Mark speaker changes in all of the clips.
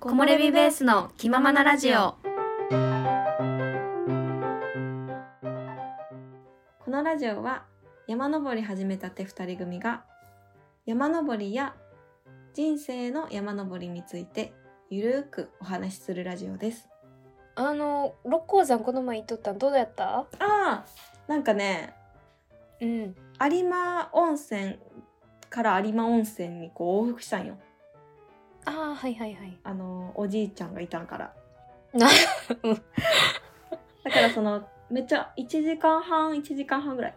Speaker 1: 木漏れ日ベースの気ままなラジオ
Speaker 2: このラジオは山登り始めたて2人組が山登りや人生の山登りについてゆるーくお話しするラジオです。
Speaker 3: あの六甲山この前行っとったんどうやった
Speaker 2: ああなんかね
Speaker 3: うん
Speaker 2: 有馬温泉から有馬温泉にこう往復したんよ。
Speaker 3: ああはいはいはい
Speaker 2: あのおじいちゃんがいたんから。
Speaker 3: なうん
Speaker 2: だからそのめっちゃ1時間半1時間半ぐらい。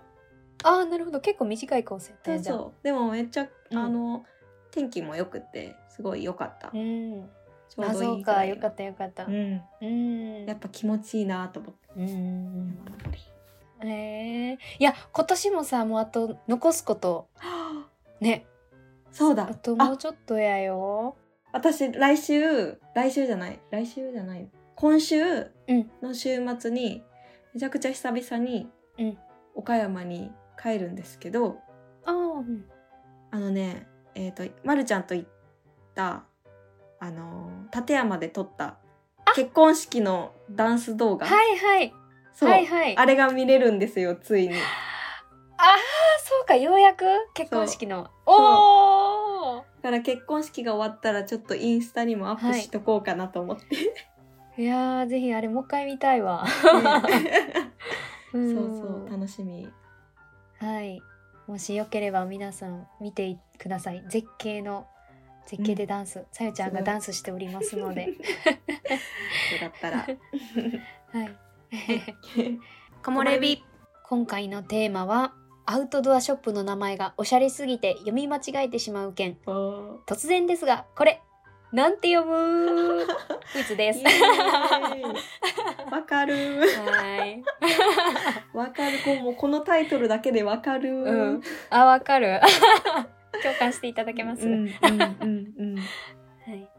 Speaker 3: ああなるほど結構短いコンセプト
Speaker 2: そ
Speaker 3: や
Speaker 2: う
Speaker 3: じゃ
Speaker 2: そうでもめっちゃ、
Speaker 3: うん
Speaker 2: あの天気も良くてすごい良かった。
Speaker 3: あうん
Speaker 2: ちょ
Speaker 3: あ
Speaker 2: うど
Speaker 3: そ
Speaker 2: いういぐら
Speaker 3: か
Speaker 2: いの
Speaker 3: よかったよかった
Speaker 2: うん、
Speaker 3: うん
Speaker 2: やっぱ気持ちいいなと思って。
Speaker 3: うんうん
Speaker 2: 山登り
Speaker 3: うんえー、いや今年もさもうあと残すこと
Speaker 2: はあ
Speaker 3: ね
Speaker 2: そうだ
Speaker 3: あとも
Speaker 2: あ
Speaker 3: うちょっとやよ
Speaker 2: 私来週来週じゃない来週じゃない今週
Speaker 3: うん
Speaker 2: の週末にめちゃくちゃ久々に
Speaker 3: うん
Speaker 2: 岡山に帰るんですけど、
Speaker 3: ああうん
Speaker 2: あのねえっ、とまるちゃんと行ったあのー立山で撮った結婚式のダンス動画、
Speaker 3: はいはい
Speaker 2: そう、
Speaker 3: はいはい
Speaker 2: あれが見れるんですよつ いに。
Speaker 3: ああそうかようやく結婚式のおお
Speaker 2: だから結婚式が終わったらちょっとインスタにもアップしとこうかなと思って。
Speaker 3: いやーぜひあれもう一回見たいわ そ
Speaker 2: ねそうそう楽しみ。
Speaker 3: はい。もしよければ皆さん見てください。絶景の絶景でダンス、さゆちゃん
Speaker 2: すご
Speaker 3: が
Speaker 2: い
Speaker 3: ダンスしておりますので。
Speaker 2: よかった ら。
Speaker 3: はい。
Speaker 1: 木漏れ日
Speaker 3: 今回のテーマはアウトドアショップの名前がおしゃれすぎて読み間違えてしまう件。
Speaker 2: おー
Speaker 3: 突然ですがこれなんて読むクイズで
Speaker 2: イ
Speaker 3: す
Speaker 2: エ。ーイ わかる。
Speaker 3: はい。
Speaker 2: わかる。こうもうこのタイトルだけでわかる。
Speaker 3: うん。 あわかる。 共感していただけます。
Speaker 2: うんうんうん うん。
Speaker 3: はい。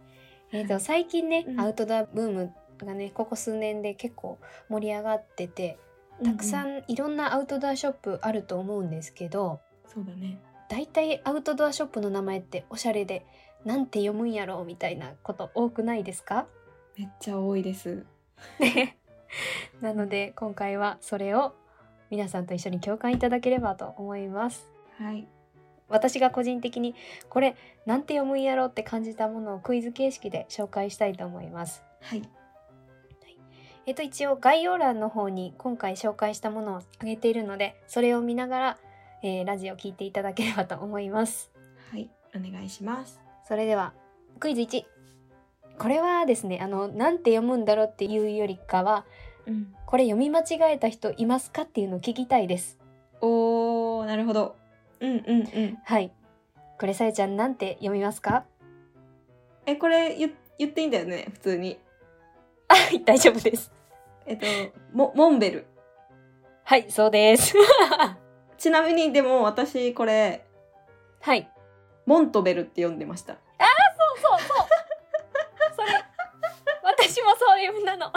Speaker 3: えー、と最近ね、
Speaker 2: うん
Speaker 3: アウトドアブームがねここ数年で結構盛り上がっててたくさ
Speaker 2: うん
Speaker 3: いろんなアウトドアショップあると思うんですけど
Speaker 2: そうだね。
Speaker 3: 大体アウトドアショップの名前っておしゃれでなんて読むんやろうみたいなこと多くないですか
Speaker 2: めっちゃ多いです。
Speaker 3: ねなので今回はそれを皆さんと一緒に共感いただければと思います。
Speaker 2: はい。
Speaker 3: 私が個人的にこれなんて読むんやろうって感じたものをクイズ形式で紹介したいと思います。
Speaker 2: はい。
Speaker 3: えっと、一応概要欄の方に今回紹介したものをあげているのでそれを見ながら、えーラジオを聞いていただければと思います
Speaker 2: はい。お願いします。
Speaker 3: それではクイズ1これはですねあのなんて読むんだろうっていうよりかは
Speaker 2: うん。
Speaker 3: これ読み間違えた人いますかっていうのを聞きたいです
Speaker 2: おー、なるほど。うんうんうん。
Speaker 3: はいこれさえちゃんなんて読みますか
Speaker 2: え、これ言言っていいんだよね、普通に。
Speaker 3: はい大丈夫です
Speaker 2: えっと、モモンベル。
Speaker 3: はいそうです
Speaker 2: ちなみにでも私これ
Speaker 3: はい
Speaker 2: モントベルって読んでました。
Speaker 3: そうそうそう。それ。私もそういうなの。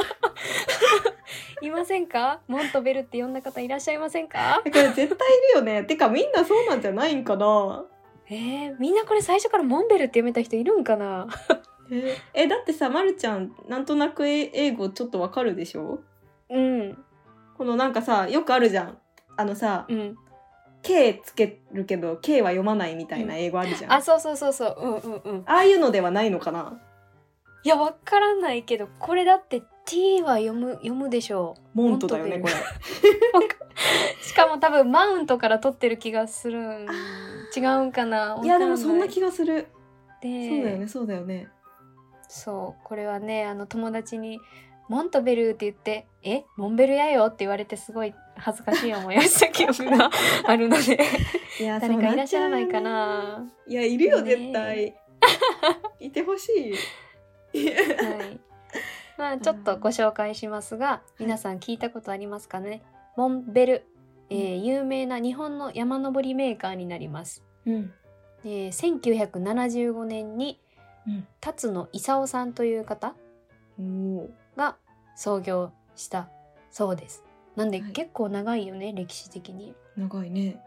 Speaker 3: いませんか。モントベルって呼んだ方いらっしゃいませんか。
Speaker 2: えこれ絶対いるよね。 てかみんなそうなんじゃないんかな。
Speaker 3: えー、みんなこれ最初からモンベルって読めた人いるんかな。
Speaker 2: ええだってさまるちゃんなんとなくえ英語ちょっとわかるでしょ
Speaker 3: うん、
Speaker 2: このなんかさよくあるじゃんあのさ「
Speaker 3: うん。
Speaker 2: K」つけるけど「K」は読まないみたいな英語あるじゃん、
Speaker 3: あ、
Speaker 2: あ
Speaker 3: そうそうそうそう。うんうんうん。
Speaker 2: あいうのではないのかない
Speaker 3: や、わからないけど、これだって T は読む、読むでしょ
Speaker 2: モントだよ
Speaker 3: モ
Speaker 2: ね
Speaker 3: ン
Speaker 2: こ
Speaker 3: ト
Speaker 2: れ
Speaker 3: う。しかも多分マウントから取ってる気がするん。違うんかな。
Speaker 2: いやでもそんな
Speaker 3: わ
Speaker 2: 気がする、
Speaker 3: からない
Speaker 2: そうだよねそうだよね
Speaker 3: そうこれはねあの友達に「モントベル」って言って「えモンベルやよ」って言われてすごい恥ずかしい思いをした記憶があるので
Speaker 2: いや
Speaker 3: 誰かいらっしゃらないか
Speaker 2: そうっちゃうよ
Speaker 3: な
Speaker 2: ねいやいるよ
Speaker 3: ねえ
Speaker 2: 絶対いてほしい
Speaker 3: はいまあちょっとご紹介しますが皆さん聞いたことありますかねモンベル、えー有名な日本の山登りメーカーになります、
Speaker 2: うん
Speaker 3: えー1975年に
Speaker 2: うん
Speaker 3: 辰野功さんという方
Speaker 2: おー
Speaker 3: が創業したそうですなんで
Speaker 2: はい
Speaker 3: 結構長いよね、歴史的に
Speaker 2: 長いね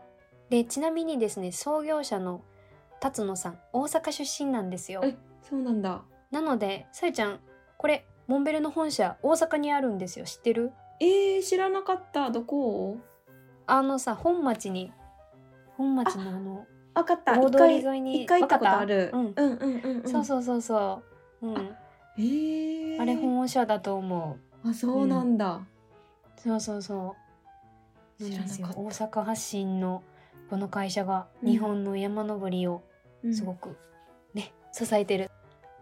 Speaker 3: でちなみにですね創業者の辰野さん大阪出身なんですよ
Speaker 2: えそうなんだ
Speaker 3: なのでさえちゃんこれモンベルの本社大阪にあるんですよ知ってる
Speaker 2: えー、知らなかった。どこ
Speaker 3: あのさ本町に本町のあの
Speaker 2: わかった。
Speaker 3: 大
Speaker 2: 一
Speaker 3: 通り
Speaker 2: 回、
Speaker 3: 沿いに
Speaker 2: 一回行ったこと
Speaker 3: わか
Speaker 2: ある。
Speaker 3: うん
Speaker 2: うんうんうんうん。
Speaker 3: そうそうそうそう、うん、
Speaker 2: えー、
Speaker 3: あれ本社だと思う
Speaker 2: あ、そうなんだ。
Speaker 3: そうそうそう
Speaker 2: 知
Speaker 3: な
Speaker 2: ら
Speaker 3: んで
Speaker 2: なかった
Speaker 3: すよ大阪発信のこの会社が
Speaker 2: うん
Speaker 3: 日本の山登りを
Speaker 2: うん
Speaker 3: すごくね、支えてる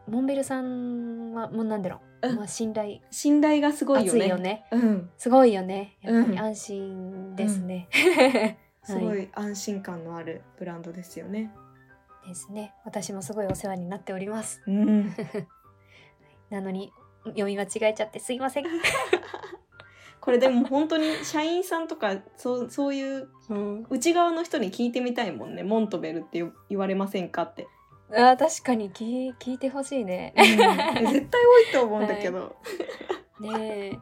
Speaker 3: モンベルさんはもうなんだろう、
Speaker 2: うん
Speaker 3: まあ、信頼
Speaker 2: 信頼がすごいよ
Speaker 3: 熱
Speaker 2: ね。
Speaker 3: いよね
Speaker 2: うん。
Speaker 3: すごいよねやっぱ
Speaker 2: うん
Speaker 3: り安心ですね、
Speaker 2: すごい安心感のあるブランドですよね。
Speaker 3: ですね私もすごいお世話になっております
Speaker 2: うん。
Speaker 3: なのに読み間違えちゃってすいません、
Speaker 2: これでも本当に社員さんとかそうそういう
Speaker 3: うん、
Speaker 2: 内側の人に聞いてみたいもんね。モントベルってよ言われませんかって。
Speaker 3: あー確かに聞い聞いてほしいね
Speaker 2: うん 絶対多いと思うんだけど。
Speaker 3: ね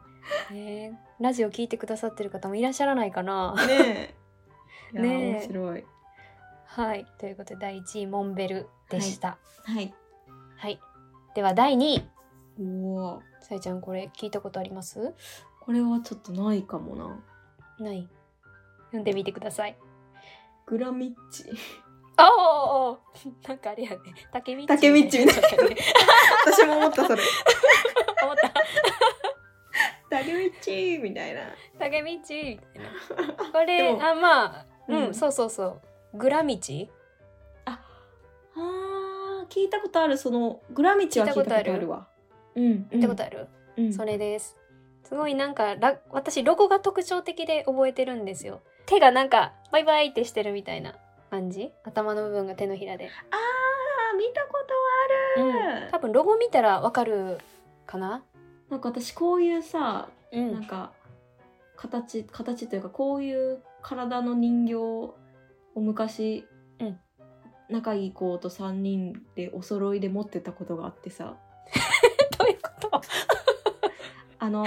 Speaker 3: え、ねえラジオ聞いてくださってる方もいらっしゃらないかな。
Speaker 2: ね え。いやー
Speaker 3: ねえ
Speaker 2: 面白い。
Speaker 3: はい、ということで第1位モンベルでした。
Speaker 2: はい。
Speaker 3: はい、では第2位、
Speaker 2: おお。
Speaker 3: さえちゃんこれ聞いたことあります？
Speaker 2: これはちょっとないかもな。
Speaker 3: ない。読んでみてください。
Speaker 2: グラミッチ。
Speaker 3: あおお なんかあれやね、竹道。
Speaker 2: 竹道みたいな
Speaker 3: ちょっとね
Speaker 2: 私も思ったそれ。
Speaker 3: 思った。
Speaker 2: ダリミッチみたいな。
Speaker 3: 竹道みた いな。これ
Speaker 2: でも
Speaker 3: あまあ、
Speaker 2: う
Speaker 3: うんん、そうそうそう。グラ道？
Speaker 2: あー聞いたことあるそのグラミチは聞いたことあ
Speaker 3: 聞いた
Speaker 2: る
Speaker 3: こ
Speaker 2: わ。うん。
Speaker 3: ってこと
Speaker 2: あ
Speaker 3: ある？
Speaker 2: る。うん
Speaker 3: それです。すごいなんかラ私ロゴが特徴的で覚えてるんですよ。手がなんかバイバイってしてるみたいな感じ。頭の部分が手のひらで。
Speaker 2: あー見たこと
Speaker 3: う
Speaker 2: ある、
Speaker 3: ん。多分ロゴ見たらわかるかな。
Speaker 2: なんか私こういうさ
Speaker 3: う
Speaker 2: なん
Speaker 3: ん。
Speaker 2: か形形というかこういう体の人形を昔、
Speaker 3: うん
Speaker 2: 仲いい子と3人でお揃いで持ってたことがあってさ
Speaker 3: どういうこと？
Speaker 2: あの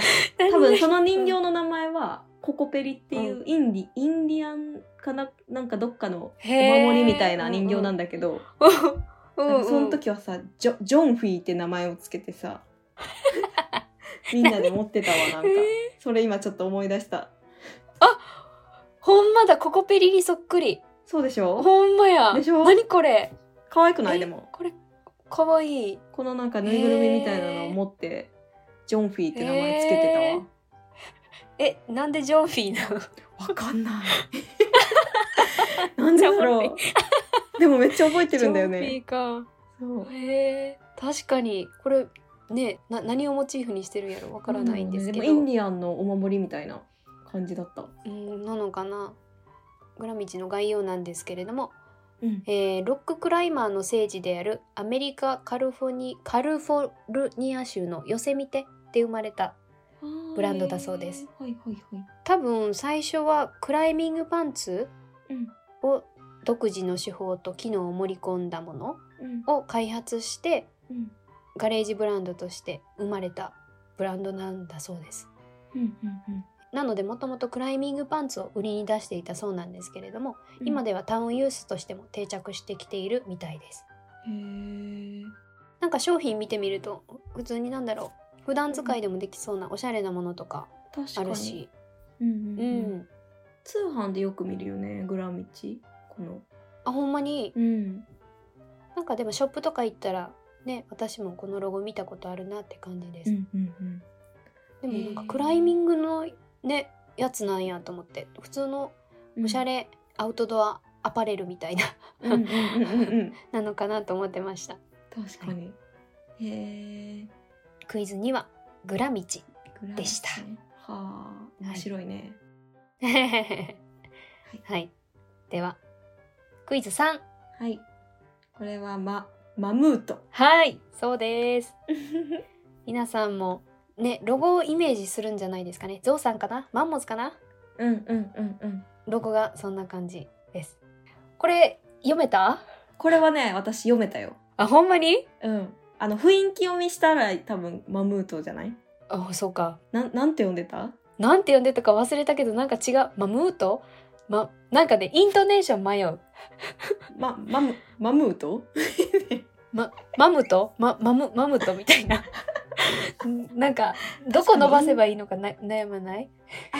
Speaker 2: 多分その人形の名前はココペリっていうインディ、インディアンかななんかどっかの
Speaker 3: お
Speaker 2: お守りみたいな人形なん
Speaker 3: だ。
Speaker 2: だけど。
Speaker 3: うん
Speaker 2: なん
Speaker 3: うん
Speaker 2: かその時はさジョジョンフィーって名前をつけ てさみんなで持ってたわなんか
Speaker 3: え
Speaker 2: それ今ちょっと思い出した
Speaker 3: ほんまだココペリにそっくり。
Speaker 2: そうでしょ
Speaker 3: ほんまや。
Speaker 2: でしょ
Speaker 3: 何これ？
Speaker 2: 可愛くない
Speaker 3: え
Speaker 2: でも
Speaker 3: これ可愛い
Speaker 2: このなんかぬいぐるみみたいなのを持って、ジョンフィーって名前つけてたわ、
Speaker 3: えーえなんでジョンフィーなの？
Speaker 2: わか んないなんでだろ
Speaker 3: ジョン
Speaker 2: うでもめっちゃ覚えてるんだよ
Speaker 3: ジョンフィー
Speaker 2: ね
Speaker 3: か。
Speaker 2: そう
Speaker 3: へえ確かにこれねな何をモチーフにしてるんやろわからないんですけど、
Speaker 2: でもインディアンのお守りみたいな感じだった
Speaker 3: うんなのかなグラミチの概要なんですけれども、
Speaker 2: うん
Speaker 3: えーロッククライマーの聖地であるアメリカカルフォニカルフォルニア州のヨセミテで生まれたブランドだそうです
Speaker 2: あーはいはいはい
Speaker 3: 多分最初はクライミングパンツ
Speaker 2: うん
Speaker 3: を独自の手法と機能を盛り込んだもの
Speaker 2: うん
Speaker 3: を開発して
Speaker 2: うん
Speaker 3: ガレージブランドとして生まれたブランドなんだそうです。
Speaker 2: うんうんうん
Speaker 3: なのでもともとクライミングパンツを売りに出していたそうなんですけれども、
Speaker 2: うん
Speaker 3: 今ではタウンユースとしても定着してきているみたいです
Speaker 2: へえ。
Speaker 3: なんか商品見てみると普通になんだろう普段使いでもできそうなおしゃれなものとか
Speaker 2: 確か
Speaker 3: あ
Speaker 2: に。
Speaker 3: るし
Speaker 2: うん
Speaker 3: う
Speaker 2: うんうん。
Speaker 3: ん
Speaker 2: 通販でよく見るよね、グラミチ。この。
Speaker 3: あほんまに
Speaker 2: うん。
Speaker 3: なんかでもショップとか行ったらね私もこのロゴ見たことあるなって感じで
Speaker 2: う
Speaker 3: す、
Speaker 2: んうんうん。
Speaker 3: でもなんか
Speaker 2: へー
Speaker 3: クライミングのねやつなんやと思って普通のおしゃ
Speaker 2: れ。
Speaker 3: れアウトドアアパレルみたいな
Speaker 2: うんうんうんうんうん。
Speaker 3: なのかなと思ってました
Speaker 2: 確かに。へえ。
Speaker 3: クイズにはグラミチ
Speaker 2: グラミチね
Speaker 3: でした。
Speaker 2: はあ、面白いね。
Speaker 3: はい。では、クイズ3。
Speaker 2: はい。これはまマムート。
Speaker 3: はい。そうです。皆さんも、ね、ロゴをイメージするんじゃないですかね。ゾウさんかなマンモスかな
Speaker 2: うんうんうんうん。
Speaker 3: ロゴがそんな感じです。これ、読めた
Speaker 2: これはね、私読めたよ。
Speaker 3: あ、ほんまに
Speaker 2: うん。あの雰囲気読みしたら多分マムートじゃない？
Speaker 3: あ、そうか。
Speaker 2: なんなんて読んでた？
Speaker 3: なんて読んでたか忘れたけど、なんか違う。マムートま、なんかね、イントネーション迷う。
Speaker 2: まマムマムート？
Speaker 3: ま、マムト、ま、マムマムトみたいな なんかどこ伸ばせばいいのかな悩まない
Speaker 2: あー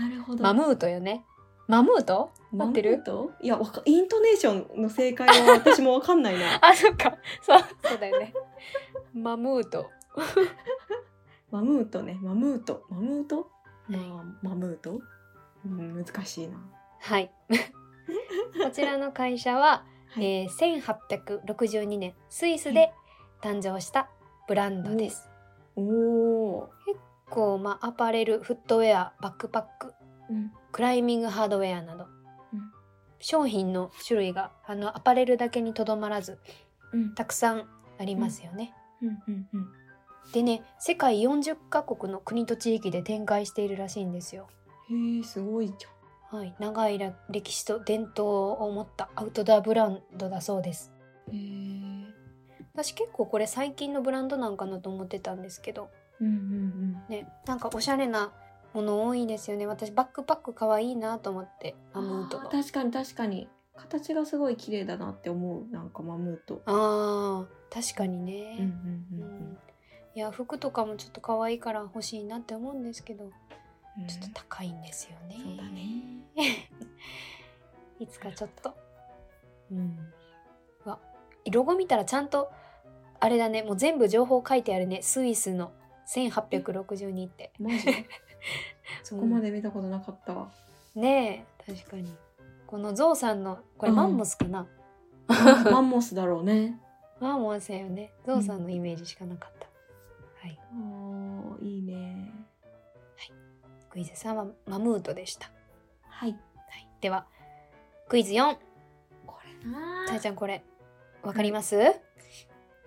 Speaker 2: なるほど
Speaker 3: マムートよねマムート合って
Speaker 2: マム
Speaker 3: る
Speaker 2: ートいやわかイントネーションの正解は私もわかんない な
Speaker 3: あそっかそうそうだよねマムート
Speaker 2: マムートねマムートマムート、
Speaker 3: はい
Speaker 2: まあマムート、うん、難しいな
Speaker 3: はい こちらの会社は、
Speaker 2: はい
Speaker 3: えー1862年スイスで誕生したブランドです
Speaker 2: おお
Speaker 3: こうまあアパレルフットウェアバックパック
Speaker 2: ー、うん、
Speaker 3: クライミングハードウェアなど、
Speaker 2: うん
Speaker 3: 商品の種類があのアパレルだけにとどまらず
Speaker 2: うん
Speaker 3: たくさんありますよね。
Speaker 2: うんうんうん
Speaker 3: でね世界40カ国の国と地域で展開しているらしいんですよ。
Speaker 2: へえすごいじ
Speaker 3: はい、長いら歴史と伝統を持ったアウトドアブランドだそうです。
Speaker 2: ゃんへえ
Speaker 3: 私結構これ最近のブランドなんかなと思ってたんですけど
Speaker 2: うんうん
Speaker 3: ねなんかおしゃれなもの多いですよね私バックパックかわいいなと思って
Speaker 2: う
Speaker 3: マ
Speaker 2: ん
Speaker 3: ムートの
Speaker 2: あー確かに確かに形がすごい綺麗だなって思うなんかマムート
Speaker 3: あー確かにね、
Speaker 2: うん
Speaker 3: うん
Speaker 2: ううん
Speaker 3: いや服とかもちょっと可愛いから欲しいなって思うんですけど、
Speaker 2: うん
Speaker 3: ちょっと高いんですよね。
Speaker 2: そうだね
Speaker 3: いつかちょっと。うん。うわロゴ見たらちゃんとあれだねもう全部情報書いてあるねスイスの1862って。
Speaker 2: マジでそこまで見たことなかったわ、
Speaker 3: ねえ確かに。このゾウさんのこれ
Speaker 2: うん
Speaker 3: マンモスかな、
Speaker 2: マンモスだろうね
Speaker 3: マンモスやよねゾウさんのイメージしかなかった。はい
Speaker 2: おーいいね
Speaker 3: クイズ3はマムートでした。
Speaker 2: はい
Speaker 3: はい、ではクイズ4。
Speaker 2: これな
Speaker 3: さやちゃんこれわかります、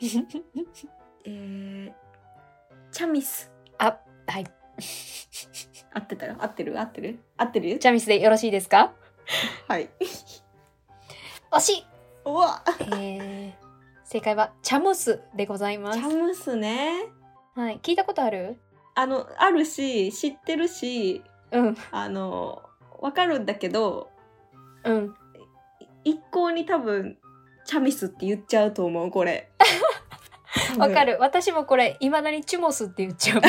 Speaker 2: えー、チャミス
Speaker 3: あはい
Speaker 2: 合ってたよ合ってる合ってる合ってる
Speaker 3: チャミスでよろしいですか
Speaker 2: はい。
Speaker 3: 惜しい、
Speaker 2: うわ
Speaker 3: えー、正解はチャムスでございま
Speaker 2: チ
Speaker 3: す
Speaker 2: ャムスね
Speaker 3: はい聞いたことある
Speaker 2: あのあるし知ってるし
Speaker 3: うん
Speaker 2: あのわかるんだけど
Speaker 3: うん
Speaker 2: 一向に多分チャミスって言っちゃうと思う これ
Speaker 3: わか
Speaker 2: る
Speaker 3: る私もこれいまだにチュモスって言っちゃう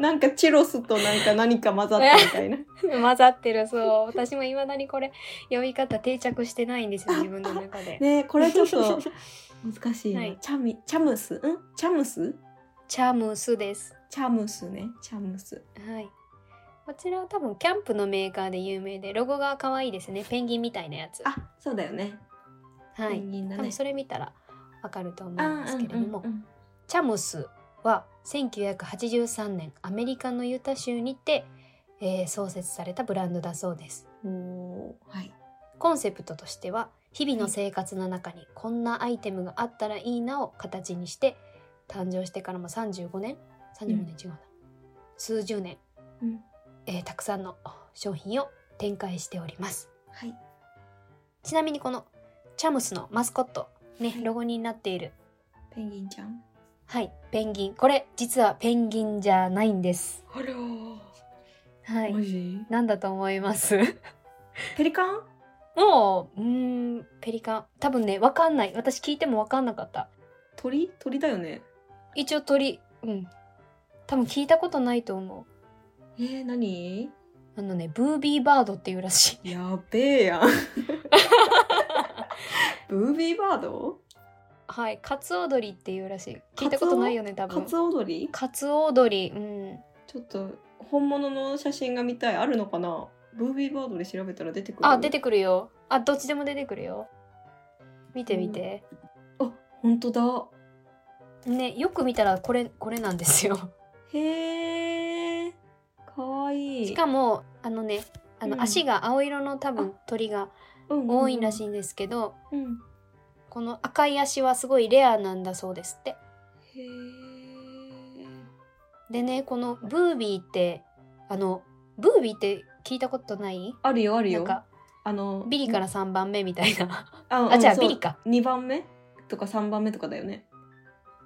Speaker 2: なんかチロス となんか何か混ざったみたいな
Speaker 3: 混ざってるそう私もいまだにこれ呼び方定着してないんですよ自分の中で、
Speaker 2: ねこれちょっ と難しいな、
Speaker 3: はい
Speaker 2: チャミチャムスんチャムス
Speaker 3: チャムスです
Speaker 2: チャムスねチャムス
Speaker 3: はいこちらは多分キャンプのメーカーで有名でロゴが可愛いですねペンギンみたいなやつ
Speaker 2: あそうだよね
Speaker 3: は
Speaker 2: ペ
Speaker 3: い
Speaker 2: ンギンだ
Speaker 3: 多
Speaker 2: ね
Speaker 3: 分それ見たらわかると思
Speaker 2: あ
Speaker 3: うんですけれども、
Speaker 2: うんうんうん
Speaker 3: チャムスは1983年アメリカのユタ州にて、えー創設されたブランドだそうです
Speaker 2: おーはい
Speaker 3: コンセプトとしては日々の生活の中にこんなアイテムがあったらいいなを形にして誕生してからも35年35年違うな、数十年、
Speaker 2: うん
Speaker 3: えーたくさんの商品を展開しております
Speaker 2: はい
Speaker 3: ちなみにこのチャムスのマスコットね
Speaker 2: はい
Speaker 3: ロゴになっている
Speaker 2: ペンギンちゃん
Speaker 3: はいペンギンこれ実はペンギンじゃないんです
Speaker 2: あらー
Speaker 3: はい
Speaker 2: マジ
Speaker 3: なんだと思います
Speaker 2: ペリカン
Speaker 3: もう、うーん、ペリカン。多分ね、わかんない。私聞いてもわかんなかった。
Speaker 2: 鳥鳥だよね
Speaker 3: 一応鳥、うん。多分聞いたことないと思
Speaker 2: えー、何
Speaker 3: う。あのね、ブービーバードっていうらしい。
Speaker 2: やべえやんブービーバード
Speaker 3: はい、カツオドリっていうらしい。聞いたことないよね、多
Speaker 2: カ
Speaker 3: 分。
Speaker 2: ツオドリ
Speaker 3: カツオドリ、うん。
Speaker 2: ちょっと本物の写真が見たいあるのかなブービーバードで調べたら出てくる
Speaker 3: あ、出てくるよ。あ、どっちでも出てくるよ。見て見て。
Speaker 2: あ本当だ
Speaker 3: ね、よく見たらこれ、これなんですよ。
Speaker 2: へえかわいい
Speaker 3: しかも、あのね、あ
Speaker 2: うん
Speaker 3: の足が青色の多分鳥が多いらし
Speaker 2: い、
Speaker 3: いんですけど、
Speaker 2: うん、
Speaker 3: この赤い足はすごいレアなんだそうですって。
Speaker 2: へえ
Speaker 3: でねこのブービーってあのブービーって聞いたことない
Speaker 2: あるよある
Speaker 3: なん
Speaker 2: よ
Speaker 3: か
Speaker 2: あの
Speaker 3: ビリから3番目みたいな
Speaker 2: あ
Speaker 3: あ違う
Speaker 2: そ
Speaker 3: ビ
Speaker 2: う
Speaker 3: リか
Speaker 2: 2番目とか3番目とかだよね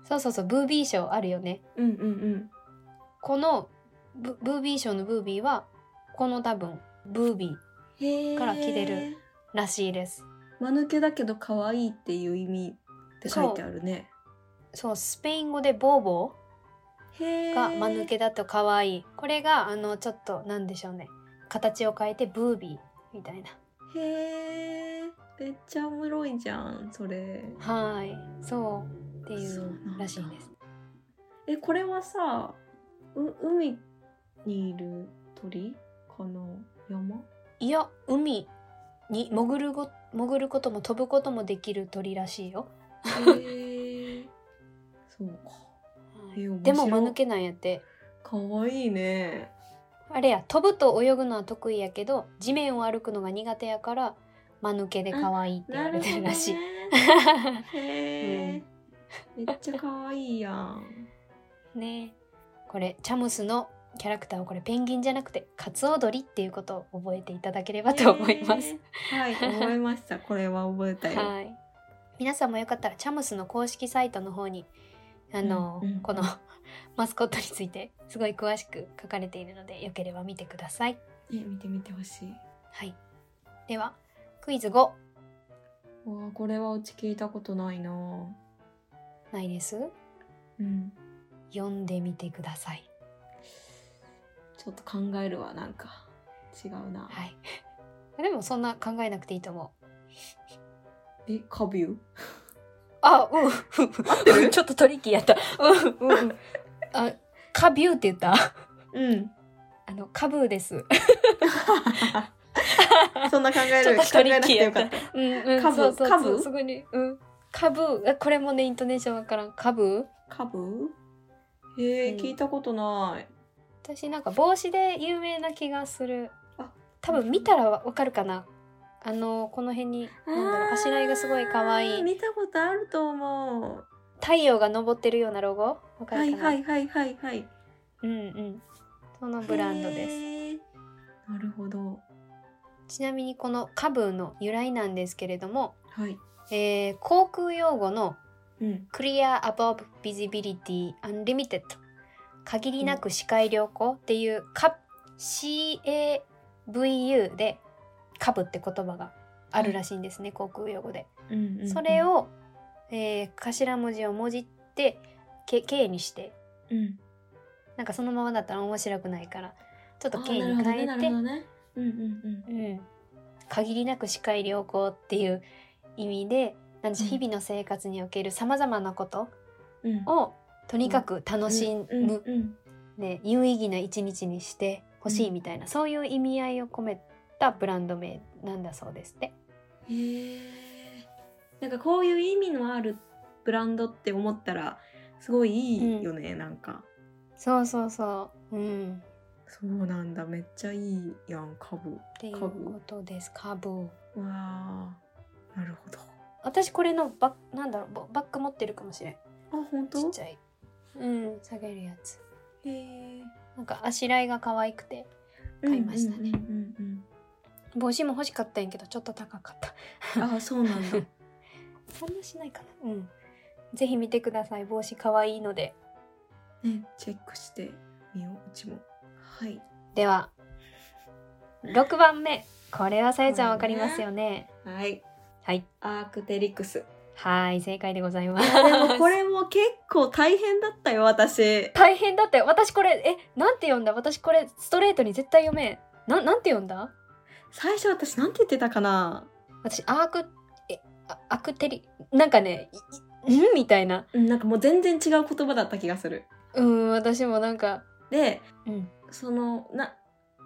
Speaker 3: そうそうそうブービー賞あるよね
Speaker 2: うんうんうん
Speaker 3: このブブービー賞のブービーはこの多分ブービー
Speaker 2: へえ
Speaker 3: から来てるらしいです
Speaker 2: 間抜けだけど可愛いっていう意味って書いてあるね
Speaker 3: そうスペイン語でボーボー
Speaker 2: へえ
Speaker 3: が間抜けだと可愛いこれがあのちょっとなんでしょうね形を変えてブービーみたいな
Speaker 2: へえめっちゃおもろいじゃんそれ
Speaker 3: はいそうってい
Speaker 2: そうなん
Speaker 3: う
Speaker 2: だ
Speaker 3: らしいです
Speaker 2: えこれはさう海にいる鳥かな山
Speaker 3: いや海に潜るご潜ることも飛ぶこともできる鳥らしいよ、
Speaker 2: へ えそうかえ面白い
Speaker 3: でも間抜けなんやって
Speaker 2: 可愛いね
Speaker 3: あれや飛ぶと泳ぐのは得意やけど地面を歩くのが苦手やから間抜けで可愛いって言われてるらしい、
Speaker 2: へえ、めっちゃ可愛い やん。
Speaker 3: ねこれチャムスのキャラクターはこれペンギンじゃなくてカツオドリっていうことを覚えていただければと思います、
Speaker 2: はい、思いました。これは覚えたよ。
Speaker 3: はい皆さんもよかったらチャムスの公式サイトの方にあの、
Speaker 2: うんうん
Speaker 3: この マスコットについてすごい詳しく書かれているのでよければ見てください
Speaker 2: ね、見てみてほしい。
Speaker 3: はいではクイズ5
Speaker 2: わあ、これはうち聞いたことないな。
Speaker 3: ないです
Speaker 2: うん、
Speaker 3: 読んでみてください
Speaker 2: ちょっと考えるわ、なんか。違うな。
Speaker 3: はい でもそんな考えなくていいと思う
Speaker 2: え、カビュ
Speaker 3: あうん ちょっとトリッキーやったうんうんうんあカビューって言った
Speaker 2: うん。
Speaker 3: あの、カブーです。
Speaker 2: そんな考 え
Speaker 3: ちょ
Speaker 2: る
Speaker 3: っと
Speaker 2: 考
Speaker 3: ト
Speaker 2: え
Speaker 3: リッ
Speaker 2: なくて
Speaker 3: キーや
Speaker 2: よ
Speaker 3: っ
Speaker 2: か
Speaker 3: た
Speaker 2: った。
Speaker 3: うんうん、
Speaker 2: カブー
Speaker 3: そうそうそう
Speaker 2: カブー
Speaker 3: すごいね。うん。カブーあこれもね、イントネーションわからん。カブー
Speaker 2: カブへえ、
Speaker 3: うん
Speaker 2: 聞いたことない。
Speaker 3: 私なんか帽子で有名な気がする。
Speaker 2: あ
Speaker 3: 多分見たらわかるかな。あの、この辺に、なんだろう、あしらいがすごい可愛い。
Speaker 2: 見たことあると思う。
Speaker 3: 太陽が昇ってるようなロゴわか
Speaker 2: は
Speaker 3: る
Speaker 2: い
Speaker 3: かな、
Speaker 2: はいはいはいはい。
Speaker 3: うんうん。そのブランドです。
Speaker 2: へー。なるほど。
Speaker 3: ちなみにこのカブーの由来なんですけれども、
Speaker 2: はい。
Speaker 3: えー航空用語の
Speaker 2: うん。
Speaker 3: Clear Above Visibility Unlimited 限りなく視界良好っていうカ CAVU でカブって言葉があるらしいんですね、航空用語で、
Speaker 2: うんうんうん
Speaker 3: それ、を、えー頭文字をもじってけ K にして
Speaker 2: うん、
Speaker 3: なんかそのままだったら面白くないからちょっと
Speaker 2: あ
Speaker 3: K
Speaker 2: なるほ
Speaker 3: に
Speaker 2: ど
Speaker 3: 変え
Speaker 2: ね
Speaker 3: て、
Speaker 2: なるほどね。うんうん
Speaker 3: うん、限りなく視界良好っていう意味でなんでしょう
Speaker 2: うん
Speaker 3: 日々の生活におけるさまざまなこと
Speaker 2: うん。うん、
Speaker 3: をとにかく楽しむ、
Speaker 2: うんうんうん
Speaker 3: ね、有意義な一日にしてほしいみたいな、そういう意味合いを込めたブランド名なんだそうですって。
Speaker 2: へえ。なんかこういう意味のあるブランドって思ったらすごいいいよね、なんか。
Speaker 3: そうそうそう、うん、
Speaker 2: そうなんだめっちゃいいやん株。
Speaker 3: っていうことですカブ
Speaker 2: わあ。なるほど。
Speaker 3: 私これのバッなんだろうババッグ持ってるかもしれん
Speaker 2: あ本
Speaker 3: ちっ
Speaker 2: 当？
Speaker 3: ちゃい、うん、下げるやつ
Speaker 2: へえ。
Speaker 3: なんかあしらいが可愛くて買いましたね
Speaker 2: うんうんうん
Speaker 3: 帽子も欲しかったんやけどちょっと高かった
Speaker 2: うん。あそうなんだ。
Speaker 3: そんなしないかなうんぜひ見てください帽子可愛いので
Speaker 2: ねチェックしてみよううちも。はい。
Speaker 3: では6番目これはさやちゃんわかりますよね
Speaker 2: はい。
Speaker 3: はい
Speaker 2: アークテリクス。
Speaker 3: はい、正解でございます。
Speaker 2: で もこれも結構大変だったよ私
Speaker 3: 大変だって、私これ、え、なんて読んだ私これ、ストレートに絶対読めん。なん、なんて読んだ
Speaker 2: 最初私なんて言ってたかな
Speaker 3: 私、アーク、え、あアクテリ、なんかね、いいんみたいな。
Speaker 2: うんなんかもう全然違う言葉だった気がする
Speaker 3: うん、私もなんか、
Speaker 2: で
Speaker 3: うん、
Speaker 2: そのな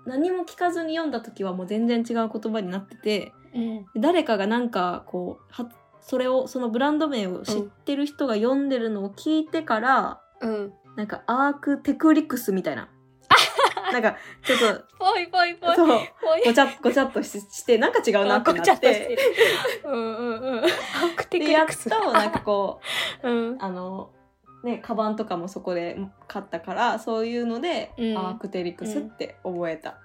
Speaker 2: 何も聞かずに読んだ時はもう全然違う言葉になってて
Speaker 3: うん、
Speaker 2: 誰かがなんかこうはそれをそのブランド名を知ってる人が読んでるのを聞いてから、
Speaker 3: うん。
Speaker 2: なんかアークテクリクスみたい ななんかちょっ
Speaker 3: ぽいぽいぽ
Speaker 2: と
Speaker 3: い。
Speaker 2: そう
Speaker 3: ぽい。
Speaker 2: ごちゃっごちゃっとししてなんか違うなって
Speaker 3: ごち
Speaker 2: な
Speaker 3: ゃ
Speaker 2: っ
Speaker 3: として
Speaker 2: て
Speaker 3: る。 うんうんうん。アクテ
Speaker 2: で
Speaker 3: リ
Speaker 2: やっ
Speaker 3: クス。
Speaker 2: となんかこう
Speaker 3: うん。
Speaker 2: あのねカバンとかもそこで買ったからそういうので、
Speaker 3: うん
Speaker 2: アークテリクスって覚えた、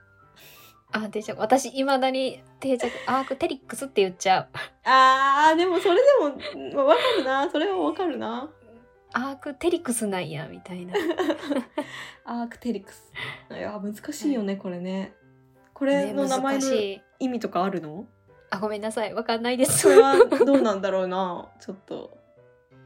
Speaker 3: あ、定着。私、いまだに定着、アークテリックスって言っちゃう。
Speaker 2: あーでもそれでも分かるなそれは分かるな
Speaker 3: アークテリクスなんや、みたいな。
Speaker 2: アークテリクスいや難しいよね、これねこれの名前
Speaker 3: ね難
Speaker 2: の
Speaker 3: しい
Speaker 2: 意味とかあるの
Speaker 3: あごめんなさいわかんないで
Speaker 2: そ
Speaker 3: す。
Speaker 2: れはどうなんだろうなちょっと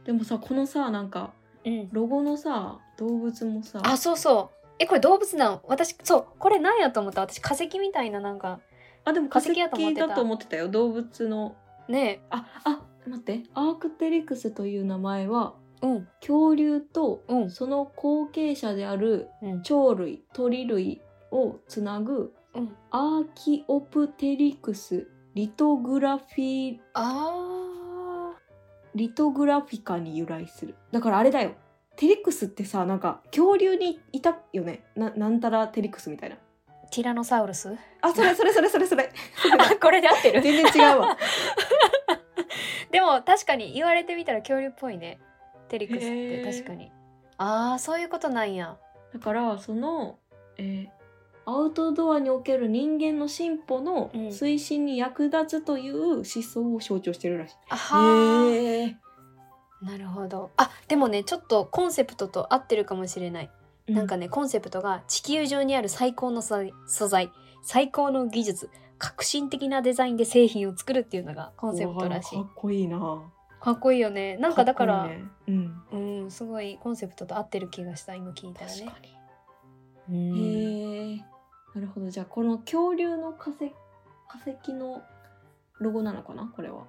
Speaker 2: でもさこのさなんか
Speaker 3: うん、
Speaker 2: ロゴのさ動物もさ
Speaker 3: あそうそうえこれ動物なの私そうこれなんやと思った私化石みたいななんか
Speaker 2: あでも化
Speaker 3: 化
Speaker 2: 石
Speaker 3: 石やと思ってた
Speaker 2: だと思ってたよ動物の
Speaker 3: ね
Speaker 2: ああ待ってアークテリクスという名前は
Speaker 3: うん
Speaker 2: 恐竜と
Speaker 3: うん
Speaker 2: その後継者である
Speaker 3: うん
Speaker 2: 鳥類鳥類をつなぐ
Speaker 3: うん
Speaker 2: アーキオプテリクスリトグラフィ
Speaker 3: あ
Speaker 2: リトグラフィカに由来するだからあれだよテリクスってさなんか恐竜にいたよねななんたらテリクスみたいな
Speaker 3: ーティラノサウルス
Speaker 2: あそれそれそれそれそれ
Speaker 3: これで合ってる
Speaker 2: 全然違うわ
Speaker 3: でも確かに言われてみたら恐竜っぽいねテリクスって
Speaker 2: へー
Speaker 3: 確かにああそういうことなんや
Speaker 2: だからその、えーアウトドアにおける人間の進歩の
Speaker 3: うん
Speaker 2: 推進に役立つという思想を象徴してるらしい、
Speaker 3: あはー
Speaker 2: へえ
Speaker 3: なるほどあでもねちょっとコンセプトと合ってるかもしれない、なんかねコンセプトが地球上にある最高の素材素材最高の技術革新的なデザインで製品を作るっていうのがコンセプトらし
Speaker 2: うわ
Speaker 3: い
Speaker 2: かっこいいな
Speaker 3: かっこいいよねなんかだから
Speaker 2: っこいいねうん
Speaker 3: うんすごいコンセプトと合ってる気がした今聞いたら
Speaker 2: 確
Speaker 3: ね
Speaker 2: かに
Speaker 3: うん
Speaker 2: へえなるほどじゃあこの恐竜の化石化石のロゴなのかなこれは。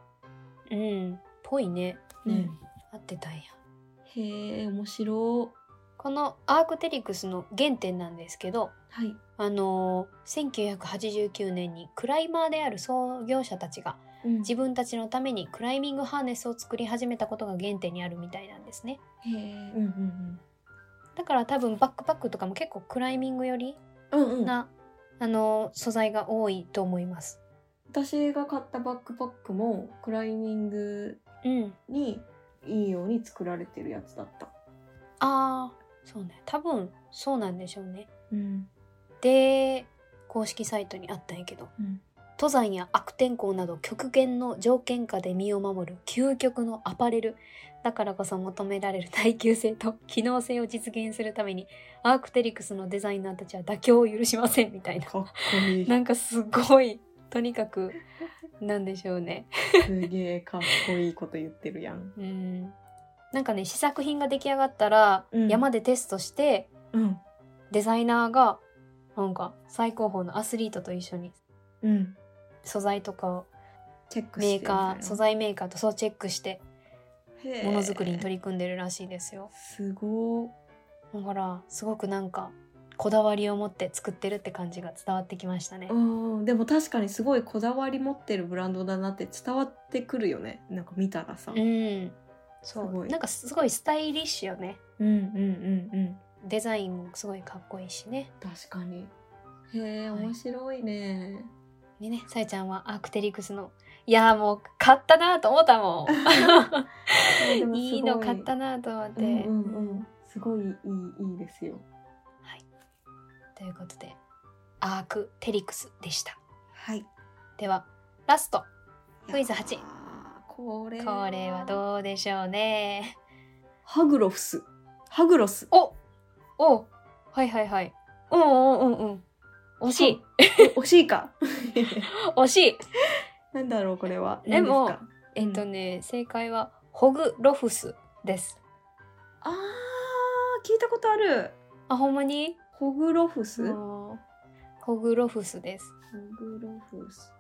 Speaker 3: うんぽいね、
Speaker 2: ね、
Speaker 3: 合ってたんや
Speaker 2: へえ面白い
Speaker 3: このアークテリクスの原点なんですけど
Speaker 2: はい。
Speaker 3: あのー1989年にクライマーである創業者たちが
Speaker 2: うん
Speaker 3: 自分たちのためにクライミングハーネスを作り始めたことが原点にあるみたいなんですね
Speaker 2: へえうんうん
Speaker 3: だから多分バックパックとかも結構クライミング寄り
Speaker 2: うん。うんうん、
Speaker 3: な、あのー素材が多いと思います
Speaker 2: 私が買ったバックパックもクライミング
Speaker 3: うん
Speaker 2: にいいように作られてるやつだった。
Speaker 3: あーそうね多分そうなんでしょうね
Speaker 2: うん、
Speaker 3: で公式サイトにあったんやけど
Speaker 2: うん、
Speaker 3: 登山や悪天候など極限の条件下で身を守る究極のアパレルだからこそ求められる耐久性と機能性を実現するためにアークテリクスのデザイナーたちは妥協を許しませんみた いな
Speaker 2: かっこいい
Speaker 3: なんかすごいとにかくなんでしょうね
Speaker 2: すげえかっこいいこと言ってるやん。
Speaker 3: うんなんかね試作品が出来上がったら、
Speaker 2: うん
Speaker 3: 山でテストして
Speaker 2: うん
Speaker 3: デザイナーがなんか最高峰のアスリートと一緒に
Speaker 2: うん。
Speaker 3: 素材とかを
Speaker 2: チェックして
Speaker 3: メ
Speaker 2: み
Speaker 3: ー
Speaker 2: たいな
Speaker 3: カー素材メーカーとそうチェックして
Speaker 2: へえ
Speaker 3: ものづくりに取り組んでるらしいですよ。
Speaker 2: すごー
Speaker 3: だからすごくなんかこだわりを持って作ってるって感じが伝わってきましたね。
Speaker 2: うんでも確かにすごいこだわり持ってるブランドだなって伝わってくるよねなんか見たらさ、、
Speaker 3: うんそ
Speaker 2: すご
Speaker 3: う
Speaker 2: い
Speaker 3: なんかすごいスタイリッシュよね。
Speaker 2: うんうんうん
Speaker 3: デザインもすごいかっこいいしね。
Speaker 2: 確かにへえ
Speaker 3: はい
Speaker 2: 面白いね、
Speaker 3: でねさえちゃんはアークテリクスのいやーもう買ったなと思った も
Speaker 2: いやで
Speaker 3: ん。
Speaker 2: もすごい
Speaker 3: いいの買ったなと思って。
Speaker 2: うんうんうんすごいいいいいですよ
Speaker 3: ということでアークテリクスでした。
Speaker 2: はい
Speaker 3: ではラストクイズ8
Speaker 2: あーこれ
Speaker 3: これはどうでしょうね。
Speaker 2: ハグロフスハグロス
Speaker 3: おおはいはいはい。うんうんうんうん。惜しい。
Speaker 2: お惜し いか
Speaker 3: 惜しい。
Speaker 2: なんだろうこれは
Speaker 3: でも
Speaker 2: 何すか
Speaker 3: えっとね、正解はホグロフスです。
Speaker 2: あー聞いたことある
Speaker 3: あ、ほんまに
Speaker 2: ホグロフス、
Speaker 3: うんホグロフスです。
Speaker 2: ハグロフス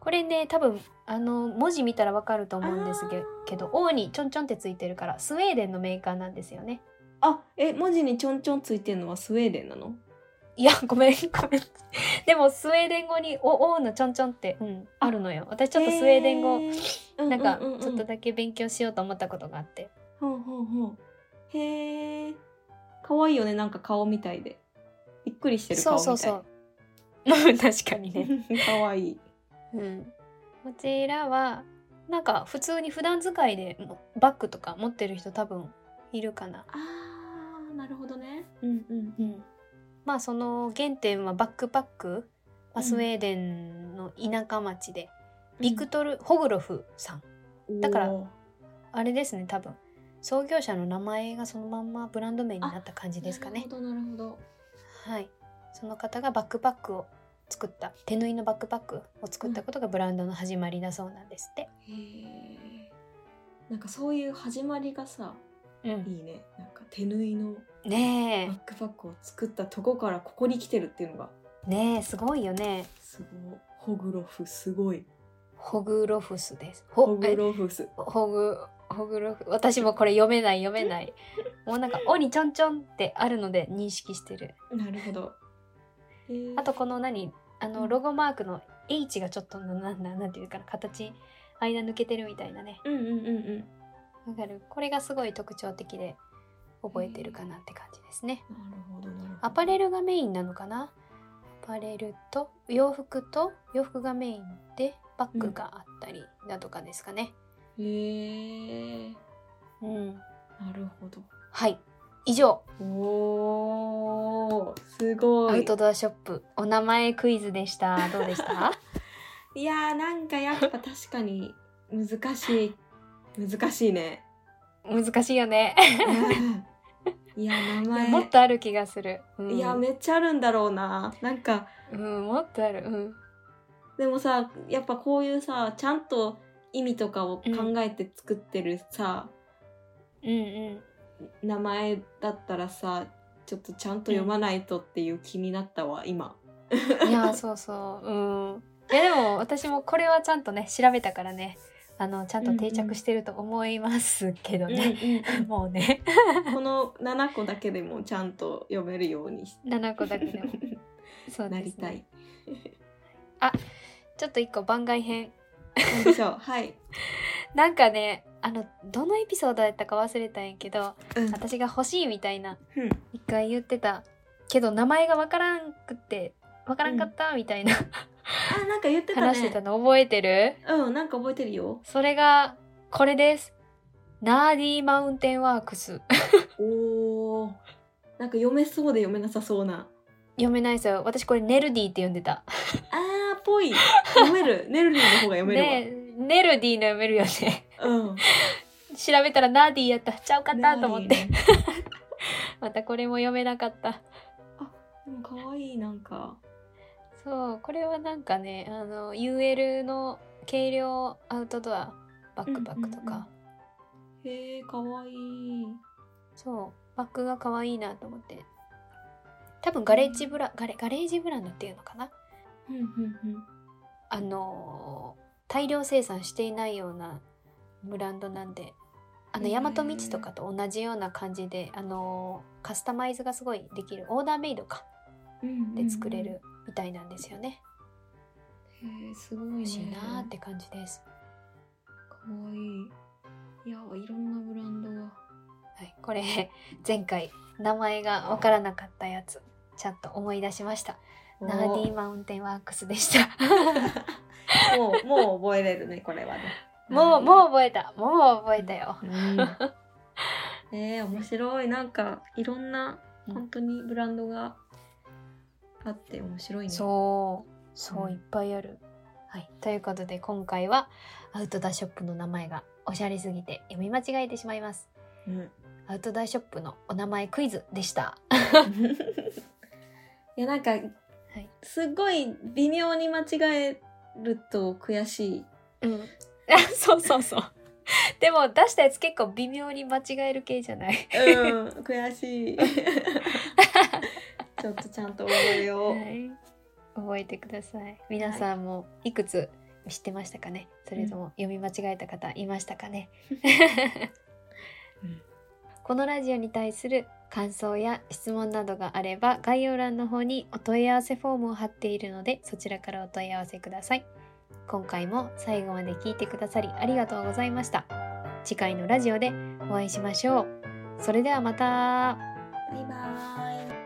Speaker 3: これね、多分あの文字見たらわかると思うんですけ
Speaker 2: あー
Speaker 3: けど、王にちょんちょんってついてるから、スウェーデンのメーカーなんですよね。
Speaker 2: あ、え、文字にちょんちょんついてるのはスウェーデンなの
Speaker 3: いや、ごめん、ごめん。でも、スウェーデン語に、お、王のちょんちょんって、うん、あるのよ。私、ちょっとスウェーデン語、
Speaker 2: 語
Speaker 3: なんか、ちょっとだけ勉強しようと思ったことがあって。
Speaker 2: ほうほうほう。へえ。可愛いよね、なんか顔みたいで。びっくりしてる顔みたい。
Speaker 3: そうそうそう 確かにね、
Speaker 2: う。可愛 い。
Speaker 3: うん、こちらはなんか普通に普段使いでもバッグとか持ってる人多分いるかな、
Speaker 2: あー、なるほどね。うんうん
Speaker 3: うん、まあその原点はバックパック、まあ
Speaker 2: うん
Speaker 3: スウェーデンの田舎町で、ビクトル・ホグロフさん
Speaker 2: うん。
Speaker 3: だから
Speaker 2: おー
Speaker 3: あれですね多分創業者の名前がそのまんまブランド名になった感じですかね
Speaker 2: なるほどなるほど。
Speaker 3: はいその方がバックパックを作った手縫いのバックパックを作ったことがブランドの始まりだそうなんですって。
Speaker 2: へえなんかそういう始まりがさ
Speaker 3: うん、
Speaker 2: いいねなんか手縫いのバ
Speaker 3: ね
Speaker 2: ックパックを作ったとこからここに来てるっていうのが
Speaker 3: えねえすごいよね。
Speaker 2: すごいホグロフすごい
Speaker 3: ホグロフスです。
Speaker 2: ホ
Speaker 3: え
Speaker 2: グロフス
Speaker 3: ホグホグロフ私もこれ読めない読め ないもうなんか「お」にちょんちょんってあるので認識してる
Speaker 2: なるほど、えー
Speaker 3: あとこの何あ
Speaker 2: う
Speaker 3: の
Speaker 2: ん
Speaker 3: ロゴマークの H がちょっとななななんていうかな形間抜けてるみたいなね
Speaker 2: うんうんうんうん
Speaker 3: わかるこれがすごい特徴的で覚えてるかなって感じですね
Speaker 2: なるほどなるほど
Speaker 3: アパレルがメインなのかなアパレルと洋服と洋服がメインでバッグがあったりだとかですかね
Speaker 2: へえ
Speaker 3: うん
Speaker 2: なるほど
Speaker 3: はい以上
Speaker 2: おーすご
Speaker 3: ア
Speaker 2: い
Speaker 3: ウトドアショップお名前クイズでしたどうでした
Speaker 2: いやーなんかやっぱ確かに難しい難しいね
Speaker 3: 難しいよね
Speaker 2: いやー名
Speaker 3: いや
Speaker 2: 前
Speaker 3: もっとある気がする、うん、
Speaker 2: いやめっちゃあるんだろうななんか
Speaker 3: うんもっとあるうん
Speaker 2: でもさやっぱこういうさちゃんと意味とかを考えて作ってるさ、
Speaker 3: うん
Speaker 2: 名前だったらさちょっとちゃんと読まないとっていう気になったわ今
Speaker 3: うんいやそうそううんいやでも私もこれはちゃんとね調べたからねあのちゃんと定着してると思いますけどね、 もうね
Speaker 2: この7個だけでもちゃんと読めるようにし
Speaker 3: 7個だけでもそうです、ね、
Speaker 2: なりたい。
Speaker 3: ちょっと一個番外編
Speaker 2: なんでしょうはい。
Speaker 3: なんかねあのどのエピソードやったか忘れたんやけど私が欲しいみたいな
Speaker 2: うん
Speaker 3: 一回言ってたけど名前がわからんくってわからんかったみたいな、
Speaker 2: あなんか言ってたね。
Speaker 3: 話してたの覚えてる
Speaker 2: うんなんか覚えてるよ。
Speaker 3: それがこれですナーディーマウンテンワークス
Speaker 2: おお。なんか読めそうで読めなさそうな。
Speaker 3: 読めないですよ私これネルディって呼んでた
Speaker 2: あーぽい。読め る。ネルリーの方が読めるわ。
Speaker 3: ねネルディの読めるよね
Speaker 2: うん。
Speaker 3: 調べたらナーディーやったちゃうかったと思って、
Speaker 2: ネルリーね
Speaker 3: またこれも読めなかった
Speaker 2: でも可愛いなんか。
Speaker 3: そうこれはなんかねあの UL の軽量アウトドアバックパックとか、
Speaker 2: うんうんうんへえ可愛い。
Speaker 3: そうバッグが可愛いなと思って多分ガレージブラガレガレージブランドっていうのかな
Speaker 2: うんうん
Speaker 3: あのー大量生産していないようなブランドなんであの
Speaker 2: へ
Speaker 3: 大
Speaker 2: ー
Speaker 3: 和道とかと同じような感じで、あのーカスタマイズがすごいできるオーダーメイドか
Speaker 2: うん。
Speaker 3: で作れる。みたいなんですよね、
Speaker 2: へえすごいね。
Speaker 3: 欲しいなーって感じです
Speaker 2: 可愛い。いやいろんなブランドが。
Speaker 3: はい、これ前回名前がわからなかったやつちゃんと思い出しましたナーディーマウンテンワークスでした
Speaker 2: もうもう覚えれるねこれはね。
Speaker 3: もうもう覚えたもう覚えたよ
Speaker 2: うん、えー、面白いなんかいろんな
Speaker 3: うん
Speaker 2: 本当にブランドがあって面白いね。
Speaker 3: そうそう、
Speaker 2: うん
Speaker 3: いっぱいある。はい、ということで今回はアウトドアショップの名前がおしゃれすぎて読み間違えてしまいます。
Speaker 2: う。ん、
Speaker 3: アウトドアショップのお名前クイズでした。
Speaker 2: いやなんか、
Speaker 3: い
Speaker 2: すごい微妙に間違えると悔しい。
Speaker 3: うん、 そうそうそう。でも出したやつ結構微妙に間違える系じゃない。
Speaker 2: うん、 悔しい。 ちょっとちゃんと覚えよう。
Speaker 3: はい、覚えてください。皆さんもいくつ知ってましたかね。それとも読み間違えた方いましたかね。
Speaker 2: うん
Speaker 3: このラジオに対する感想や質問などがあれば概要欄の方にお問い合わせフォームを貼っているのでそちらからお問い合わせください。今回も最後まで聞いてくださりありがとうございました。次回のラジオでお会いしましょう。それではまた。
Speaker 2: バイバーイ。